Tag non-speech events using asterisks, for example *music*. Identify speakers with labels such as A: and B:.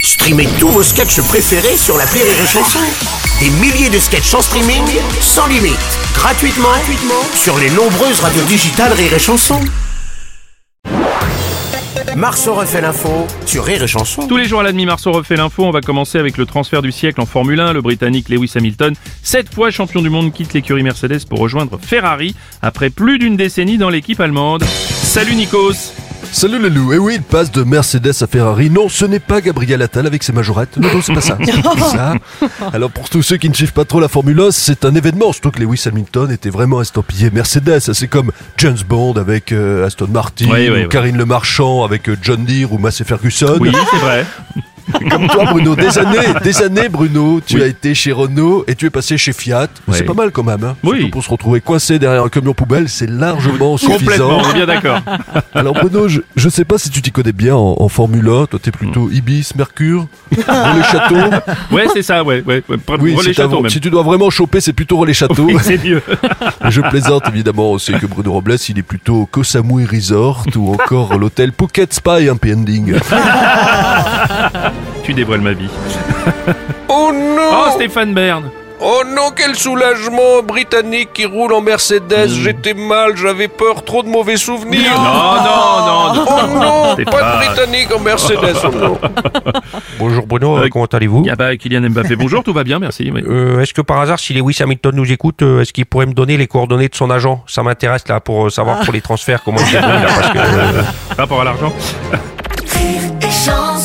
A: Streamez tous vos sketchs préférés sur la Rire et Chanson. Des milliers de sketchs en streaming, sans limite, gratuitement, gratuitement sur les nombreuses radios digitales Rire et Chanson. Marceau refait l'info sur Rire et Chanson.
B: Tous les jours à la demi-marceau refait l'info, on va commencer avec le transfert du siècle en Formule 1. Le Britannique Lewis Hamilton, sept fois champion du monde, quitte l'écurie Mercedes pour rejoindre Ferrari après plus d'une décennie dans l'équipe allemande. Salut Nikos
C: Salut le loup, et oui, il passe de Mercedes à Ferrari. Non, ce n'est pas Gabriel Attal avec ses majorettes. Non, non, c'est pas ça. C'est pas ça. Alors pour tous ceux qui ne suivent pas trop la Formule 1, c'est un événement, surtout que Lewis Hamilton était vraiment estampillé Mercedes. C'est comme James Bond avec euh, Aston Martin,
B: Oui, oui,
C: ou
B: oui.
C: Karine Le Marchand avec euh, John Deere ou Massey Ferguson.
B: Oui, c'est vrai.
C: Comme *laughs* toi Bruno, des années, des années Bruno, tu
B: Oui.
C: as été chez Renault et tu es passé chez Fiat.
B: Oui.
C: C'est pas mal quand même. hein.
B: Oui.
C: Surtout pour se retrouver coincé derrière un camion poubelle, c'est largement
B: Complètement,
C: suffisant.
B: on est bien d'accord.
C: Alors Bruno, je, je sais pas si tu t'y connais bien en, en Formule 1, toi t'es plutôt
B: Hmm.
C: Ibis, Mercure, Relais Château.
B: *laughs* Ouais, c'est ça, ouais. ouais. ouais. Pre-
C: Oui,
B: Relais
C: si, t'as-
B: château *laughs* même.
C: si tu dois vraiment choper, c'est plutôt Relais Château.
B: Oui, c'est mieux.
C: Je plaisante évidemment, c'est que Bruno Robles, il est plutôt Koh Samui Resort ou encore l'hôtel Phuket Spa et Happy Ending.
B: tu dévoiles ma vie.
D: Oh
B: Oh,
D: non
B: Stéphane Bern
D: Oh non, quel soulagement Britannique qui roule en Mercedes, j'étais mal, j'avais peur, trop de mauvais souvenirs
B: Non, non, non, non.
D: Oh non
B: C'est
D: Pas
B: pas-
D: de Britannique en Mercedes, oh non
E: *laughs* Bonjour Bruno,
B: Euh,
E: comment allez-vous
B: Ah bah, Kylian Mbappé, bonjour, tout va bien, merci. oui.
E: Euh, Est-ce que par hasard, si Lewis Hamilton nous écoute, euh, est-ce qu'il pourrait me donner les coordonnées de son agent Ça m'intéresse là pour
B: *laughs*
E: euh, savoir pour les transferts comment il est bon, là, parce que, euh,
B: Rapport à l'argent.
F: rire et chanson.